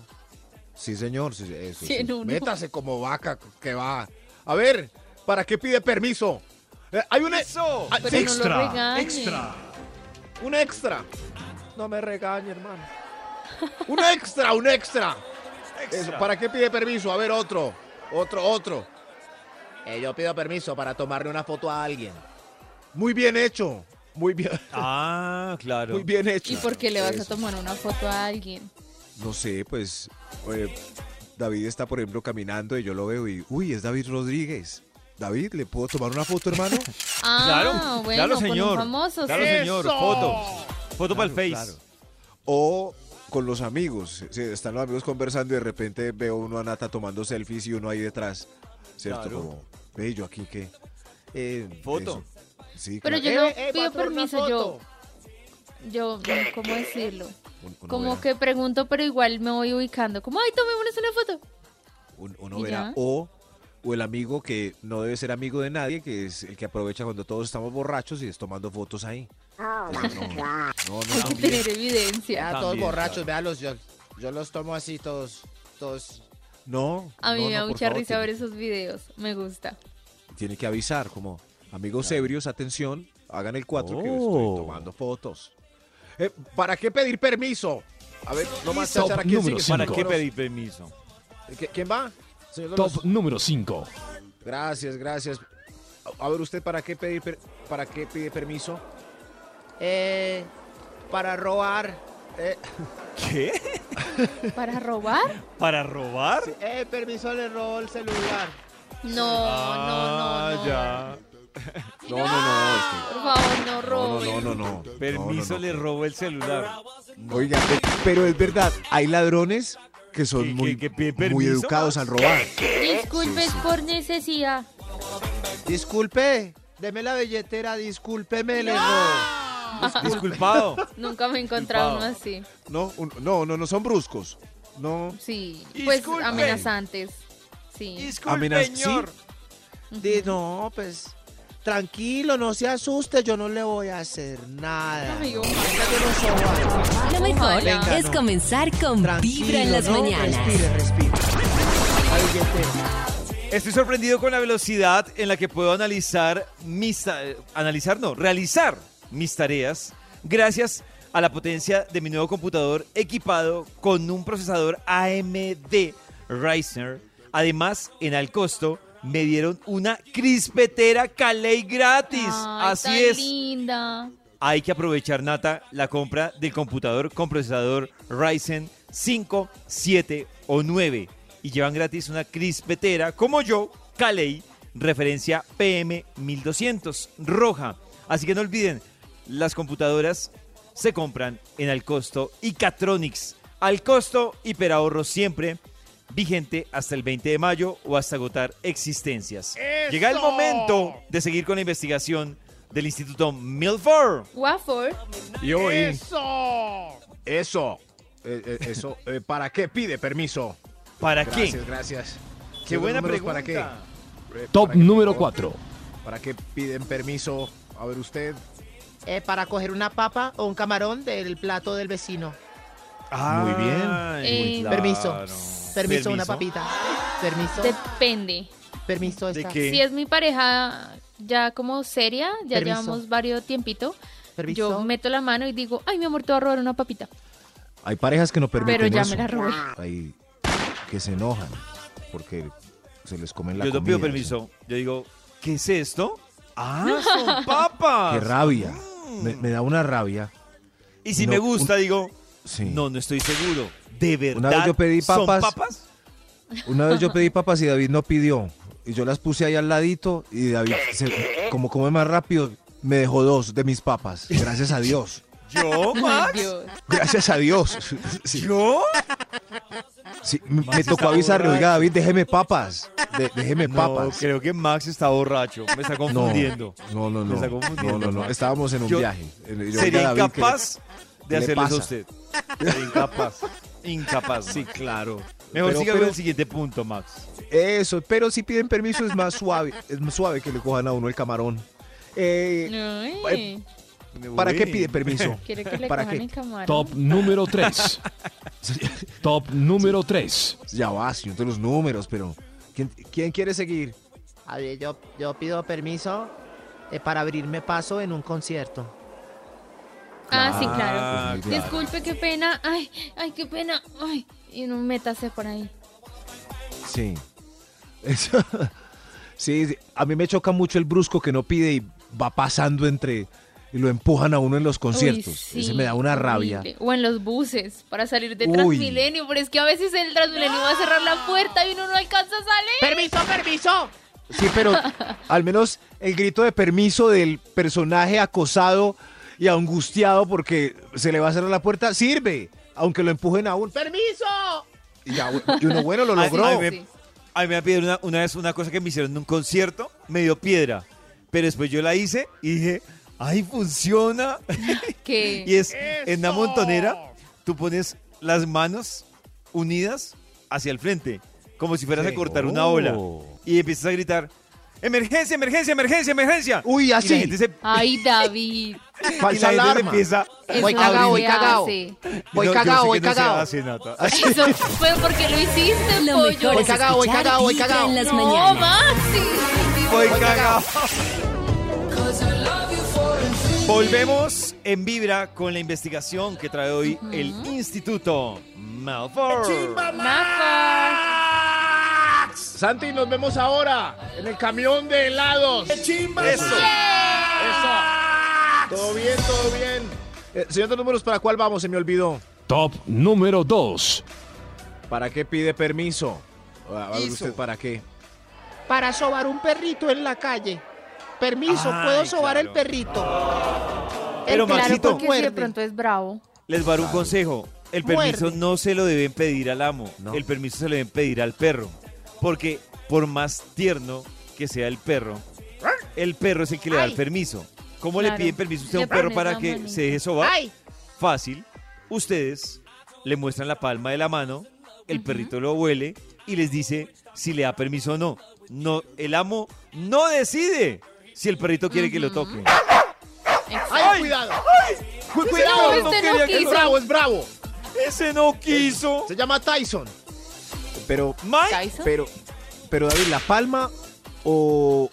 Speaker 3: Sí, señor, sí, sí, eso, sí.
Speaker 4: 101.
Speaker 7: Métase como vaca que va. A ver, ¿para qué pide permiso? Eh, hay un, e- ah,
Speaker 4: Pero
Speaker 7: sí,
Speaker 4: no lo regañe.
Speaker 7: un extra.
Speaker 8: No me regañe, hermano.
Speaker 7: Un extra, un extra. Eso, ¿Para qué pide permiso? A ver, otro. Otro, otro. Eh,
Speaker 8: yo pido permiso para tomarle una foto a alguien.
Speaker 7: Muy bien hecho. Muy bien.
Speaker 2: Ah, claro.
Speaker 7: Muy bien hecho.
Speaker 4: ¿Y por qué le vas a tomar una foto a alguien?
Speaker 3: No sé, pues eh, David está, por ejemplo, caminando y yo lo veo y, uy, es David Rodríguez. David, ¿le puedo tomar una foto, hermano?
Speaker 4: Ah,
Speaker 2: Claro,
Speaker 4: bueno,
Speaker 2: claro,
Speaker 4: con
Speaker 2: señor.
Speaker 4: un famoso.
Speaker 2: Claro,
Speaker 4: sí.
Speaker 2: señor, foto. Foto para el Face.
Speaker 3: claro. O con los amigos. sí, están los amigos conversando y de repente veo uno a Nata tomando selfies y uno ahí detrás. ¿Cierto?
Speaker 2: Claro.
Speaker 3: Como, ve yo aquí qué. Eh,
Speaker 2: Foto.
Speaker 3: eso. Sí,
Speaker 4: Pero
Speaker 8: Eh,
Speaker 3: claro.
Speaker 4: yo no pido permiso, yo, yo, no, ¿cómo decirlo?
Speaker 3: Un- uno
Speaker 4: Como
Speaker 3: verá,
Speaker 4: que pregunto, pero igual me voy ubicando. Como, ay, tomémonos una foto.
Speaker 3: un- uno
Speaker 4: ¿Y
Speaker 3: verá.
Speaker 4: ya?
Speaker 3: O, o el amigo que no debe ser amigo de nadie, que es el que aprovecha cuando todos estamos borrachos y es tomando fotos ahí. Eso no, no, no,
Speaker 4: Hay que
Speaker 3: también.
Speaker 4: tener evidencia.
Speaker 8: Vean todos
Speaker 2: También,
Speaker 8: borrachos, véanlos. Yo, yo los tomo así, todos. todos.
Speaker 3: No.
Speaker 4: A mí
Speaker 3: no,
Speaker 4: me
Speaker 3: no,
Speaker 4: da
Speaker 3: por
Speaker 4: mucha
Speaker 3: favor,
Speaker 4: risa ver
Speaker 3: tiene-
Speaker 4: esos videos. Me gusta.
Speaker 3: Tiene que avisar, como amigos ebrios, atención, hagan el 4 que
Speaker 5: Oh.
Speaker 3: estoy tomando fotos.
Speaker 7: Eh, ¿Para qué pedir permiso? A ver, nomás
Speaker 5: Top
Speaker 7: tachar a quién
Speaker 5: número
Speaker 7: sigue.
Speaker 2: ¿Para
Speaker 5: Cinco.
Speaker 2: qué pedir permiso?
Speaker 7: ¿Qui- ¿Quién va? Señor de los-
Speaker 5: Top número 5.
Speaker 7: Gracias, gracias. A- A ver, usted, ¿para qué pedir per- para qué pide permiso?
Speaker 8: Eh, para robar. Eh,
Speaker 2: ¿Qué?
Speaker 4: ¿Para robar?
Speaker 2: ¿Para robar?
Speaker 8: eh, permiso, le robo el celular.
Speaker 4: No,
Speaker 2: ah,
Speaker 4: no, no, no.
Speaker 2: ya.
Speaker 3: No, no, no. es que-
Speaker 4: Por favor, no
Speaker 3: No,
Speaker 4: roben.
Speaker 3: no, no, no, no.
Speaker 2: Permiso
Speaker 3: No, no,
Speaker 2: le robó el celular.
Speaker 3: no. Oiga, pe- pero es verdad, hay ladrones que son
Speaker 2: ¿Que- que-
Speaker 3: muy,
Speaker 2: que piden
Speaker 3: muy
Speaker 2: permiso?
Speaker 3: educados al robar.
Speaker 4: Disculpes por necesidad.
Speaker 8: Disculpe, deme la billetera, discúlpeme, le robo.
Speaker 2: Disculpado.
Speaker 4: Nunca me he encontrado uno así.
Speaker 3: No, un- no, no, no son bruscos. No.
Speaker 4: Sí, pues
Speaker 2: Disculpe.
Speaker 4: amenazantes. Sí.
Speaker 3: Amenaz- sí.
Speaker 8: Di- no, pues. Tranquilo, no se asuste, yo no le voy a hacer nada.
Speaker 4: Amigo.
Speaker 8: Venga, yo no soy guapo.
Speaker 1: Lo mejor
Speaker 8: Venga,
Speaker 1: es
Speaker 8: no.
Speaker 1: comenzar con
Speaker 8: Tranquilo,
Speaker 1: Vibra en las
Speaker 8: ¿no?
Speaker 1: mañanas.
Speaker 8: Respire, respire. La billetera.
Speaker 2: Estoy sorprendido con la velocidad en la que puedo analizar mis... ta- eh, Analizar, no, realizar mis tareas gracias a la potencia de mi nuevo computador equipado con un procesador AMD Ryzen. Además, en al costo me dieron una crispetera Caley gratis.
Speaker 4: Ay, tan
Speaker 2: Así es.
Speaker 4: linda.
Speaker 2: Hay que aprovechar, Nata, la compra del computador con procesador Ryzen 5, 7 o 9. Y llevan gratis una crispetera, como yo, Kalei, referencia PM1200, roja. Así que no olviden, las computadoras se compran en Alcosto y Catronics. Alcosto, hiperahorro siempre, vigente hasta el 20 de mayo o hasta agotar existencias. Llega el momento de seguir con la investigación del Instituto Milford.
Speaker 4: Wafford.
Speaker 5: Y hoy,
Speaker 7: ¡Eso!
Speaker 3: Eso. Eh, eh, eso. eh, ¿Para qué pide permiso?
Speaker 2: ¿Para
Speaker 3: gracias,
Speaker 2: qué?
Speaker 3: gracias.
Speaker 2: Qué buena
Speaker 3: Números,
Speaker 2: pregunta.
Speaker 3: ¿Para qué? Eh,
Speaker 5: top
Speaker 3: ¿para qué,
Speaker 5: número
Speaker 3: por
Speaker 5: 4.
Speaker 3: favor? ¿Para qué piden permiso? A ver usted.
Speaker 8: Eh, para coger una papa o un camarón del plato del vecino.
Speaker 3: Muy bien.
Speaker 2: Ay,
Speaker 4: Eh,
Speaker 2: claro.
Speaker 8: Permiso. Permiso, una
Speaker 2: Permiso.
Speaker 8: papita. Permiso.
Speaker 4: Depende.
Speaker 8: Permiso
Speaker 2: ¿De
Speaker 8: esta.
Speaker 2: qué?
Speaker 4: Si es mi pareja ya como seria, ya
Speaker 8: Permiso.
Speaker 4: llevamos varios tiempito,
Speaker 8: Permiso.
Speaker 4: yo meto la mano y digo, ay, mi amor, te voy a robar una papita.
Speaker 3: Hay parejas que no permiten
Speaker 4: Pero ya
Speaker 3: eso.
Speaker 4: me la robé.
Speaker 3: Hay que se enojan porque se les comen la
Speaker 2: Yo no
Speaker 3: comida,
Speaker 2: pido
Speaker 3: o sea,
Speaker 2: permiso. Yo digo, ¿qué es esto? ¡Ah, son papas!
Speaker 3: Qué rabia.
Speaker 2: Mm.
Speaker 3: Me, me da una rabia.
Speaker 2: Y si
Speaker 3: No,
Speaker 2: me gusta, digo,
Speaker 3: Sí.
Speaker 2: no, no estoy seguro. ¿De verdad
Speaker 3: Una vez yo pedí
Speaker 2: son
Speaker 3: papas.
Speaker 2: papas?
Speaker 3: Una vez yo pedí papas y David no pidió. Y yo las puse ahí al ladito y David, se- como come más rápido, me dejó dos de mis papas. Gracias a Dios.
Speaker 2: ¿Yo,
Speaker 4: Ay,
Speaker 2: Max?
Speaker 4: Dios.
Speaker 3: Gracias a Dios. Sí,
Speaker 2: ¿Yo?
Speaker 3: sí, me
Speaker 2: Max
Speaker 3: me
Speaker 2: está
Speaker 3: tocó avisarle,
Speaker 2: borracho.
Speaker 3: oiga David, déjeme papas. De- déjeme
Speaker 2: No,
Speaker 3: papas.
Speaker 2: creo que Max está borracho. Me está
Speaker 3: No,
Speaker 2: confundiendo.
Speaker 3: no, no,
Speaker 2: Me
Speaker 3: no.
Speaker 2: está
Speaker 3: No,
Speaker 2: confundiendo.
Speaker 3: no, no. Estábamos en un
Speaker 2: Yo
Speaker 3: viaje. Yo,
Speaker 2: Sería
Speaker 3: David, que-
Speaker 2: incapaz de
Speaker 3: le
Speaker 2: hacerle eso a
Speaker 3: pasa?
Speaker 2: usted. Sería incapaz. Incapaz. Sí, claro. Mejor
Speaker 3: Pero-
Speaker 2: siga
Speaker 3: pero-
Speaker 2: con el siguiente punto, Max.
Speaker 3: Eso, pero si piden permiso es más suave, es más suave que le cojan a uno el camarón. Eh,
Speaker 4: Ay,
Speaker 3: ¿Para
Speaker 2: Uy.
Speaker 3: qué pide permiso?
Speaker 4: quiere que le
Speaker 3: ¿Para
Speaker 4: cojan
Speaker 3: qué?
Speaker 4: el camarón.
Speaker 5: Top número 3. Top número 3.
Speaker 3: Ya va, señor de los números, pero ¿quién, quién quiere seguir?
Speaker 8: A ver, yo, yo pido permiso eh, para abrirme paso en un concierto.
Speaker 4: Ah, sí, claro.
Speaker 2: Ah,
Speaker 3: claro.
Speaker 4: Disculpe, qué pena. Ay, ay, qué pena. Ay, y no métase por ahí.
Speaker 3: Sí. Eso. Sí, sí, a mí me choca mucho el brusco que no pide y va pasando entre y lo empujan a uno en los conciertos.
Speaker 4: Uy, sí,
Speaker 3: Ese me da una rabia.
Speaker 4: horrible. O en los buses, para salir de
Speaker 3: Uy.
Speaker 4: Transmilenio, pero es que a veces el Transmilenio va a cerrar la puerta y uno no alcanza a salir.
Speaker 8: ¡Permiso, permiso!
Speaker 3: Sí, pero al menos el grito de permiso del personaje acosado y angustiado porque se le va a cerrar la puerta sirve, aunque lo empujen a un
Speaker 8: ¡Permiso!
Speaker 3: Y ya, bu- y uno bueno lo
Speaker 2: Ay,
Speaker 3: logró.
Speaker 2: ay, me- A mí me pidieron una, una vez una cosa que me hicieron en un concierto, me dio piedra. Pero después yo la hice y dije, ¡ay, funciona!
Speaker 4: Que
Speaker 2: Y es en la montonera, tú pones las manos unidas hacia el frente, como si fueras a cortar una ola. Y empiezas a gritar, ¡emergencia, emergencia, emergencia, emergencia!
Speaker 3: Uy,
Speaker 2: Y la
Speaker 3: así.
Speaker 2: gente se,
Speaker 4: Ay, David.
Speaker 2: y la
Speaker 3: Falsa
Speaker 2: gente se
Speaker 3: alarma.
Speaker 2: empieza...
Speaker 4: Eso
Speaker 8: Voy
Speaker 4: no
Speaker 8: cagao,
Speaker 4: se
Speaker 8: voy cagao.
Speaker 4: hace.
Speaker 8: Voy
Speaker 2: No, yo
Speaker 8: cagao,
Speaker 2: sé
Speaker 8: voy
Speaker 2: que no se
Speaker 8: cagao.
Speaker 2: hace, Nata.
Speaker 4: Eso fue porque lo hiciste,
Speaker 1: Lo
Speaker 4: pollo.
Speaker 1: mejor es
Speaker 8: cagao, voy
Speaker 1: escuchar
Speaker 8: cagao, voy
Speaker 1: Vibra
Speaker 8: cagao.
Speaker 1: en las
Speaker 4: No,
Speaker 1: mañanas.
Speaker 4: Maxi.
Speaker 2: Voy cagao. Volvemos en Vibra con la investigación que trae hoy el Instituto Malfoy.
Speaker 4: Mafa.
Speaker 7: Santi, nos vemos ahora en el camión de helados.
Speaker 2: Eso.
Speaker 7: Eso. Todo bien, todo bien.
Speaker 3: Eh, señor de números, ¿para cuál vamos? Se me olvidó.
Speaker 5: Top número 2.
Speaker 3: ¿Para qué pide permiso? Ah, A ver usted, ¿para qué?
Speaker 8: Para sobar un perrito en la calle. Permiso,
Speaker 2: Ay,
Speaker 8: puedo sobar
Speaker 2: claro.
Speaker 8: el perrito.
Speaker 2: Pero,
Speaker 4: claro,
Speaker 2: Maxito.
Speaker 4: porque si de
Speaker 8: Muerde.
Speaker 4: pronto es bravo.
Speaker 2: Les voy a dar un consejo. El permiso
Speaker 8: Muerde.
Speaker 2: no se lo deben pedir al amo.
Speaker 3: No.
Speaker 2: El permiso se lo deben pedir al perro. Porque por más tierno que sea el perro, el perro es el que le da el
Speaker 8: Ay.
Speaker 2: permiso. ¿Cómo le
Speaker 4: Claro.
Speaker 2: piden permiso usted a
Speaker 4: Le
Speaker 2: un perro
Speaker 4: pones
Speaker 2: para
Speaker 4: la
Speaker 2: que
Speaker 4: manito.
Speaker 2: se deje sobar?
Speaker 8: ¡Ay!
Speaker 2: Fácil. Ustedes le muestran la palma de la mano, el
Speaker 4: Ujú.
Speaker 2: perrito lo huele y les dice si le da permiso o no. no el amo no decide si el perrito quiere que lo
Speaker 4: Ujú.
Speaker 2: toque.
Speaker 7: ¡Ay, cuidado!
Speaker 2: Cu-
Speaker 4: No,
Speaker 2: cuidado, no
Speaker 4: este
Speaker 2: quería
Speaker 4: no
Speaker 2: que-
Speaker 7: Es
Speaker 4: quiso.
Speaker 7: bravo, es bravo.
Speaker 2: ese no quiso.
Speaker 7: Se llama Tyson.
Speaker 3: Pero,
Speaker 2: Mike,
Speaker 4: Tyson.
Speaker 3: pero, pero David, ¿la palma o,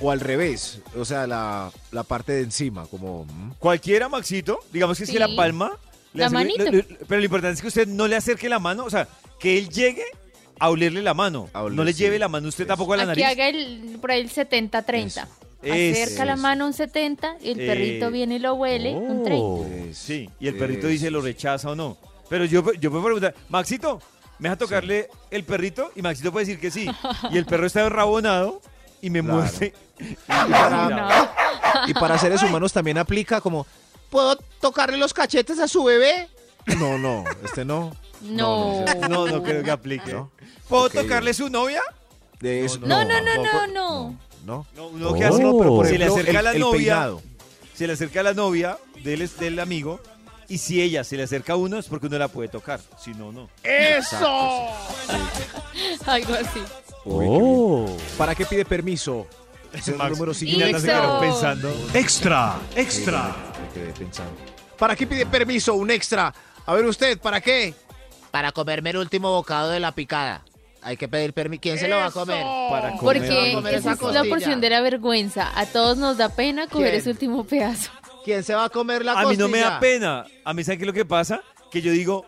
Speaker 3: o al revés? O sea, la, la parte de encima, como... mm.
Speaker 2: Cualquiera, Maxito, digamos que si
Speaker 4: Sí.
Speaker 2: la palma. le
Speaker 4: La
Speaker 2: hace-
Speaker 4: manito.
Speaker 2: le- le- pero lo importante es que usted no le acerque la mano, o sea, que él llegue a olerle la mano.
Speaker 3: A oler,
Speaker 2: no le
Speaker 3: sí.
Speaker 2: lleve la mano usted
Speaker 3: Eso.
Speaker 2: tampoco a la
Speaker 4: Aquí
Speaker 2: nariz.
Speaker 4: haga el, por ahí el 70-30.
Speaker 2: Eso.
Speaker 4: Acerca la
Speaker 3: Eso.
Speaker 4: mano un 70, el perrito
Speaker 2: Eh,
Speaker 4: viene y lo huele un
Speaker 5: Oh.
Speaker 4: 30.
Speaker 3: Es-
Speaker 2: Sí, y el perrito
Speaker 3: es-
Speaker 2: dice lo rechaza o no. Pero yo, yo puedo preguntar, Maxito, ¿me deja tocarle el perrito? Y Maxito puede decir que sí. Y el perro está enrabonado y me
Speaker 3: Claro.
Speaker 2: muerde.
Speaker 3: Y para,
Speaker 4: No.
Speaker 3: y para seres humanos también aplica como...
Speaker 8: ¿Puedo tocarle los cachetes a su bebé?
Speaker 3: No, no, este no.
Speaker 4: No.
Speaker 2: No, no creo que aplique.
Speaker 3: No.
Speaker 2: ¿Puedo
Speaker 3: Ok.
Speaker 2: tocarle su novia?
Speaker 3: De eso-
Speaker 4: No, no, no, no,
Speaker 3: tampoco.
Speaker 4: no.
Speaker 3: No.
Speaker 2: No, uno
Speaker 5: Oh.
Speaker 2: que hace,
Speaker 3: No, pero por
Speaker 2: se le
Speaker 3: ejemplo,
Speaker 2: acerca
Speaker 3: el-
Speaker 2: a la
Speaker 3: el
Speaker 2: novia,
Speaker 3: peinado.
Speaker 2: se le acerca a la novia del, del amigo, y si ella se le acerca a uno es porque uno la puede tocar, si no, no.
Speaker 7: ¡Eso!
Speaker 4: Algo así.
Speaker 3: Uy, qué bien.
Speaker 2: Oh.
Speaker 3: ¿Para qué pide permiso? Ese es el número
Speaker 4: ya
Speaker 3: siguiente.
Speaker 4: no se quedó pensando.
Speaker 5: Extra, extra.
Speaker 3: Me quedé pensando. ¿Para qué pide permiso un extra? A ver usted, ¿para qué?
Speaker 8: Para comerme el último bocado de la picada. Hay que pedir permiso. ¿Quién se lo va a comer?
Speaker 2: Para comer
Speaker 4: Porque
Speaker 8: comer
Speaker 4: esa
Speaker 8: esa
Speaker 4: es la
Speaker 8: costilla.
Speaker 4: porción de la vergüenza. A todos nos da pena coger
Speaker 8: ¿Quién?
Speaker 4: ese último pedazo.
Speaker 8: ¿Quién se va a comer la
Speaker 2: A mí no me da
Speaker 8: costilla?
Speaker 2: pena. A mí, ¿saben qué es lo que pasa? Que yo digo,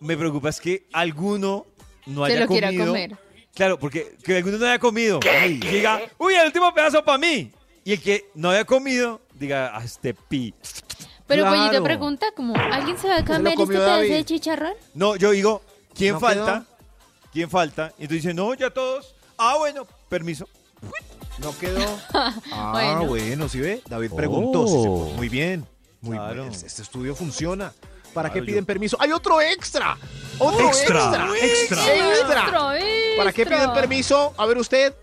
Speaker 2: me preocupa es que alguno no
Speaker 4: Se
Speaker 2: haya
Speaker 4: lo
Speaker 2: comido.
Speaker 4: quiera comer.
Speaker 2: Claro, porque que alguno no haya comido. Y diga, uy, el último pedazo para mí. Y el que no haya comido, diga, "Ah, este pi.
Speaker 4: Pero
Speaker 3: Claro.
Speaker 4: Pollito pregunta como, ¿alguien se va a comer este
Speaker 3: comió
Speaker 4: pedazo
Speaker 3: David.
Speaker 4: de chicharrón?
Speaker 2: No, yo digo, ¿quién
Speaker 3: ¿No
Speaker 2: falta? ¿Quién falta? Y tú dices, no, ya todos. Ah, bueno, permiso.
Speaker 3: No quedó. Ah,
Speaker 4: Bueno.
Speaker 3: bueno, sí ve. David preguntó. sí, sí, pues, muy bien. Muy
Speaker 2: Oh. Claro.
Speaker 3: bien. Este estudio funciona. ¿Para qué
Speaker 2: Claro,
Speaker 3: piden
Speaker 2: yo-
Speaker 3: permiso? ¡Hay otro extra! ¡Otro
Speaker 5: Extra, extra.
Speaker 3: ¡Extra! ¿Para qué piden permiso? A ver usted.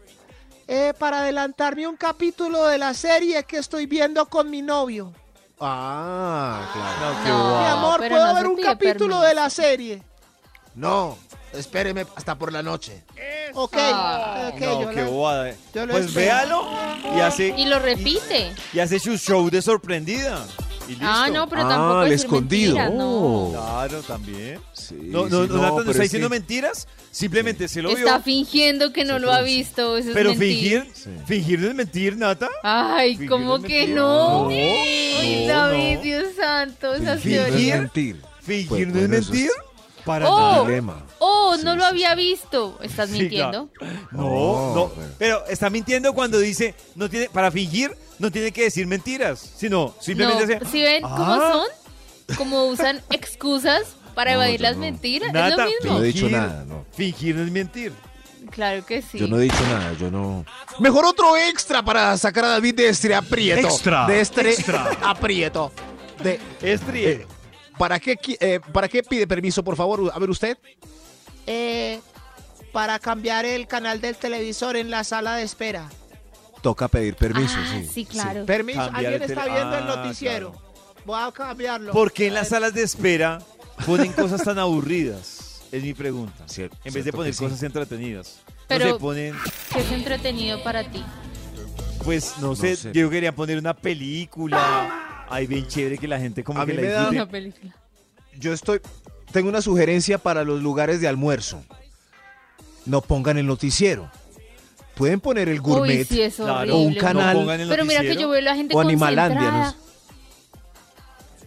Speaker 6: Eh, para adelantarme un capítulo de la serie que estoy viendo con mi novio.
Speaker 3: Ah, claro.
Speaker 2: No, qué
Speaker 4: No,
Speaker 2: guay.
Speaker 6: mi amor,
Speaker 4: pero
Speaker 6: ¿puedo
Speaker 4: no se
Speaker 6: ver un
Speaker 4: pide
Speaker 6: capítulo
Speaker 4: permiso.
Speaker 6: de la serie?
Speaker 8: No, espéreme hasta por la noche.
Speaker 6: Ok,
Speaker 4: Ah.
Speaker 6: ok,
Speaker 2: No,
Speaker 6: yo
Speaker 2: qué
Speaker 6: la-
Speaker 2: bobada. eh.
Speaker 6: yo lo
Speaker 2: Pues
Speaker 6: espero.
Speaker 2: véalo y hace,
Speaker 4: Y lo repite.
Speaker 2: y hace su show de sorprendida. Y listo.
Speaker 4: Ah, no, pero
Speaker 3: Ah,
Speaker 4: tampoco
Speaker 3: el
Speaker 4: es
Speaker 3: escondido. Oh.
Speaker 4: mentira, no.
Speaker 2: Claro, también.
Speaker 3: Sí,
Speaker 2: No,
Speaker 3: sí,
Speaker 2: no, no, Nathan no
Speaker 3: pero
Speaker 2: está
Speaker 3: es que-
Speaker 2: diciendo mentiras, simplemente se lo vio.
Speaker 4: Está fingiendo que no lo ha visto, eso es
Speaker 2: Pero
Speaker 4: mentira.
Speaker 2: fingir,
Speaker 3: Sí.
Speaker 2: fingir no es mentir, Nata.
Speaker 4: Ay,
Speaker 2: Fingir
Speaker 4: ¿cómo
Speaker 2: no es
Speaker 4: que
Speaker 2: mentira.
Speaker 4: no?
Speaker 2: No,
Speaker 4: Ay,
Speaker 2: no,
Speaker 4: David,
Speaker 2: no.
Speaker 4: Dios santo, esas
Speaker 3: Fingir no es
Speaker 4: teorías.
Speaker 3: mentir.
Speaker 2: Fingir
Speaker 3: Pues,
Speaker 2: no es
Speaker 3: bueno, eso
Speaker 2: mentir. Para
Speaker 4: Oh.
Speaker 2: nada.
Speaker 3: Dilema.
Speaker 4: Oh, no
Speaker 3: Sí,
Speaker 4: lo
Speaker 3: sí,
Speaker 4: había visto. ¿Estás
Speaker 2: Sí,
Speaker 4: mintiendo?
Speaker 2: No,
Speaker 3: No,
Speaker 2: no.
Speaker 3: bueno.
Speaker 2: Pero está mintiendo cuando dice, no tiene, para fingir no tiene que decir mentiras, sino
Speaker 4: No.
Speaker 2: simplemente hace,
Speaker 4: ¿Sí ven cómo
Speaker 2: Ah.
Speaker 4: son? ¿Cómo usan excusas para
Speaker 3: No,
Speaker 4: evadir
Speaker 3: yo
Speaker 4: las
Speaker 3: no.
Speaker 4: mentiras?
Speaker 2: Nata,
Speaker 4: es
Speaker 3: Yo
Speaker 4: lo
Speaker 3: no he
Speaker 4: mismo.
Speaker 3: dicho
Speaker 2: Fingir.
Speaker 3: nada, no.
Speaker 2: fingir no es mentir.
Speaker 4: Claro que sí.
Speaker 3: Yo no he dicho nada, yo no. Mejor otro extra para sacar a David de este aprieto.
Speaker 5: Extra,
Speaker 3: De este
Speaker 5: extra.
Speaker 3: aprieto. De,
Speaker 2: Estri.
Speaker 3: eh, ¿para, qué, qui- eh, ¿Para qué pide permiso, por favor? A ver usted.
Speaker 6: Eh, para cambiar el canal del televisor en la sala de espera.
Speaker 3: Toca pedir permiso,
Speaker 4: ah, sí, claro.
Speaker 6: Permiso,
Speaker 2: Cambiar
Speaker 6: alguien
Speaker 2: el
Speaker 6: está
Speaker 2: tele-
Speaker 6: viendo el
Speaker 2: Ah,
Speaker 6: noticiero. Voy a cambiarlo.
Speaker 2: ¿Por qué en las salas de espera ponen cosas tan aburridas? Es mi pregunta.
Speaker 3: Cier-
Speaker 2: en vez de
Speaker 3: cierto que
Speaker 2: poner
Speaker 3: sí.
Speaker 2: cosas entretenidas.
Speaker 4: Pero-
Speaker 2: no se ponen,
Speaker 4: ¿Qué es entretenido para ti?
Speaker 2: pues no, sé,
Speaker 3: sé.
Speaker 2: yo quería poner una película. Ay, bien chévere que la gente como
Speaker 3: A
Speaker 2: que
Speaker 3: mí
Speaker 2: la
Speaker 3: me da-
Speaker 2: disfrute.
Speaker 4: Una película.
Speaker 3: Yo estoy. Tengo una sugerencia para los lugares de almuerzo. No pongan el noticiero. Pueden poner el gourmet.
Speaker 4: Uy, sí, es horrible.
Speaker 2: Claro.
Speaker 3: O un canal.
Speaker 2: No pongan el
Speaker 4: Pero mira que
Speaker 2: noticiero.
Speaker 4: yo veo a la gente
Speaker 3: O Animalandia,
Speaker 4: concentrada.
Speaker 3: no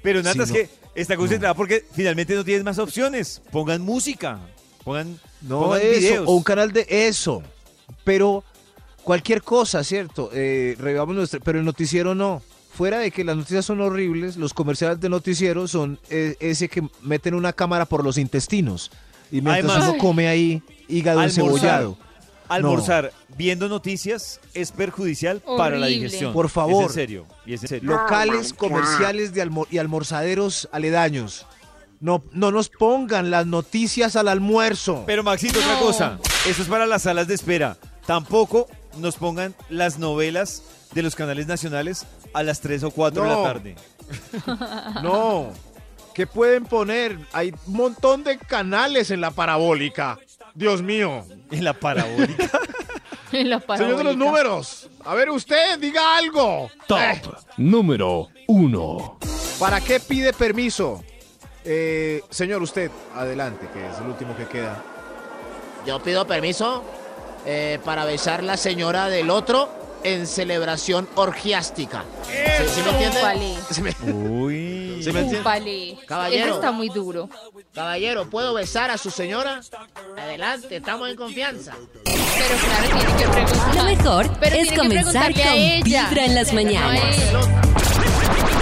Speaker 2: Pero Nata,
Speaker 3: Sí,
Speaker 2: es
Speaker 3: no.
Speaker 2: que está concentrada porque finalmente no tienes más opciones. Pongan música, pongan,
Speaker 3: No,
Speaker 2: pongan
Speaker 3: eso,
Speaker 2: videos.
Speaker 3: o un canal de eso. Pero cualquier cosa, ¿cierto? Eh, revivamos nuestra, pero el noticiero no. Fuera de que las noticias son horribles, los comerciales de noticiero son eh, ese que meten una cámara por los intestinos. Y mientras
Speaker 2: Además-
Speaker 3: uno come ahí, hígado
Speaker 2: Almorzar.
Speaker 3: encebollado.
Speaker 2: Almorzar viendo noticias es perjudicial para la
Speaker 4: Horrible.
Speaker 2: digestión.
Speaker 3: Por favor.
Speaker 2: Es en serio. Y es en serio.
Speaker 3: Locales comerciales de almor- y almorzaderos aledaños. No, no nos pongan las noticias al almuerzo.
Speaker 2: Pero Maxito, otra
Speaker 4: No.
Speaker 2: cosa. Eso es para las salas de espera. Tampoco nos pongan las novelas de los canales nacionales a las 3 o 4 de la
Speaker 3: No.
Speaker 2: tarde.
Speaker 3: No. ¿Qué pueden poner? Hay un montón de canales en la parabólica. Dios mío.
Speaker 2: En la parabólica.
Speaker 4: En la
Speaker 7: Señor de los
Speaker 4: parabólica.
Speaker 7: números, a ver usted, diga algo. Eh,
Speaker 5: Top número uno.
Speaker 3: ¿Para qué pide permiso? Eh, señor, usted, adelante, que es el último que queda.
Speaker 8: Yo pido permiso eh, para besar la señora del otro en celebración orgiástica. ¿Sí, sí me entiende?
Speaker 4: Úpale,
Speaker 8: ¿Sí me-
Speaker 2: Uy.
Speaker 8: ¿sí me entiende?
Speaker 4: úpale.
Speaker 8: Caballero.
Speaker 4: Eso está muy duro.
Speaker 8: Caballero, ¿puedo besar a su señora? Adelante, estamos en confianza.
Speaker 4: Pero claro, tiene que
Speaker 1: Lo
Speaker 4: preguntar.
Speaker 1: mejor
Speaker 4: Pero
Speaker 1: es
Speaker 4: tiene que
Speaker 1: comenzar
Speaker 4: preguntarle a
Speaker 1: con
Speaker 4: ella.
Speaker 1: Vibra en las
Speaker 4: No a
Speaker 1: mañanas.
Speaker 4: él.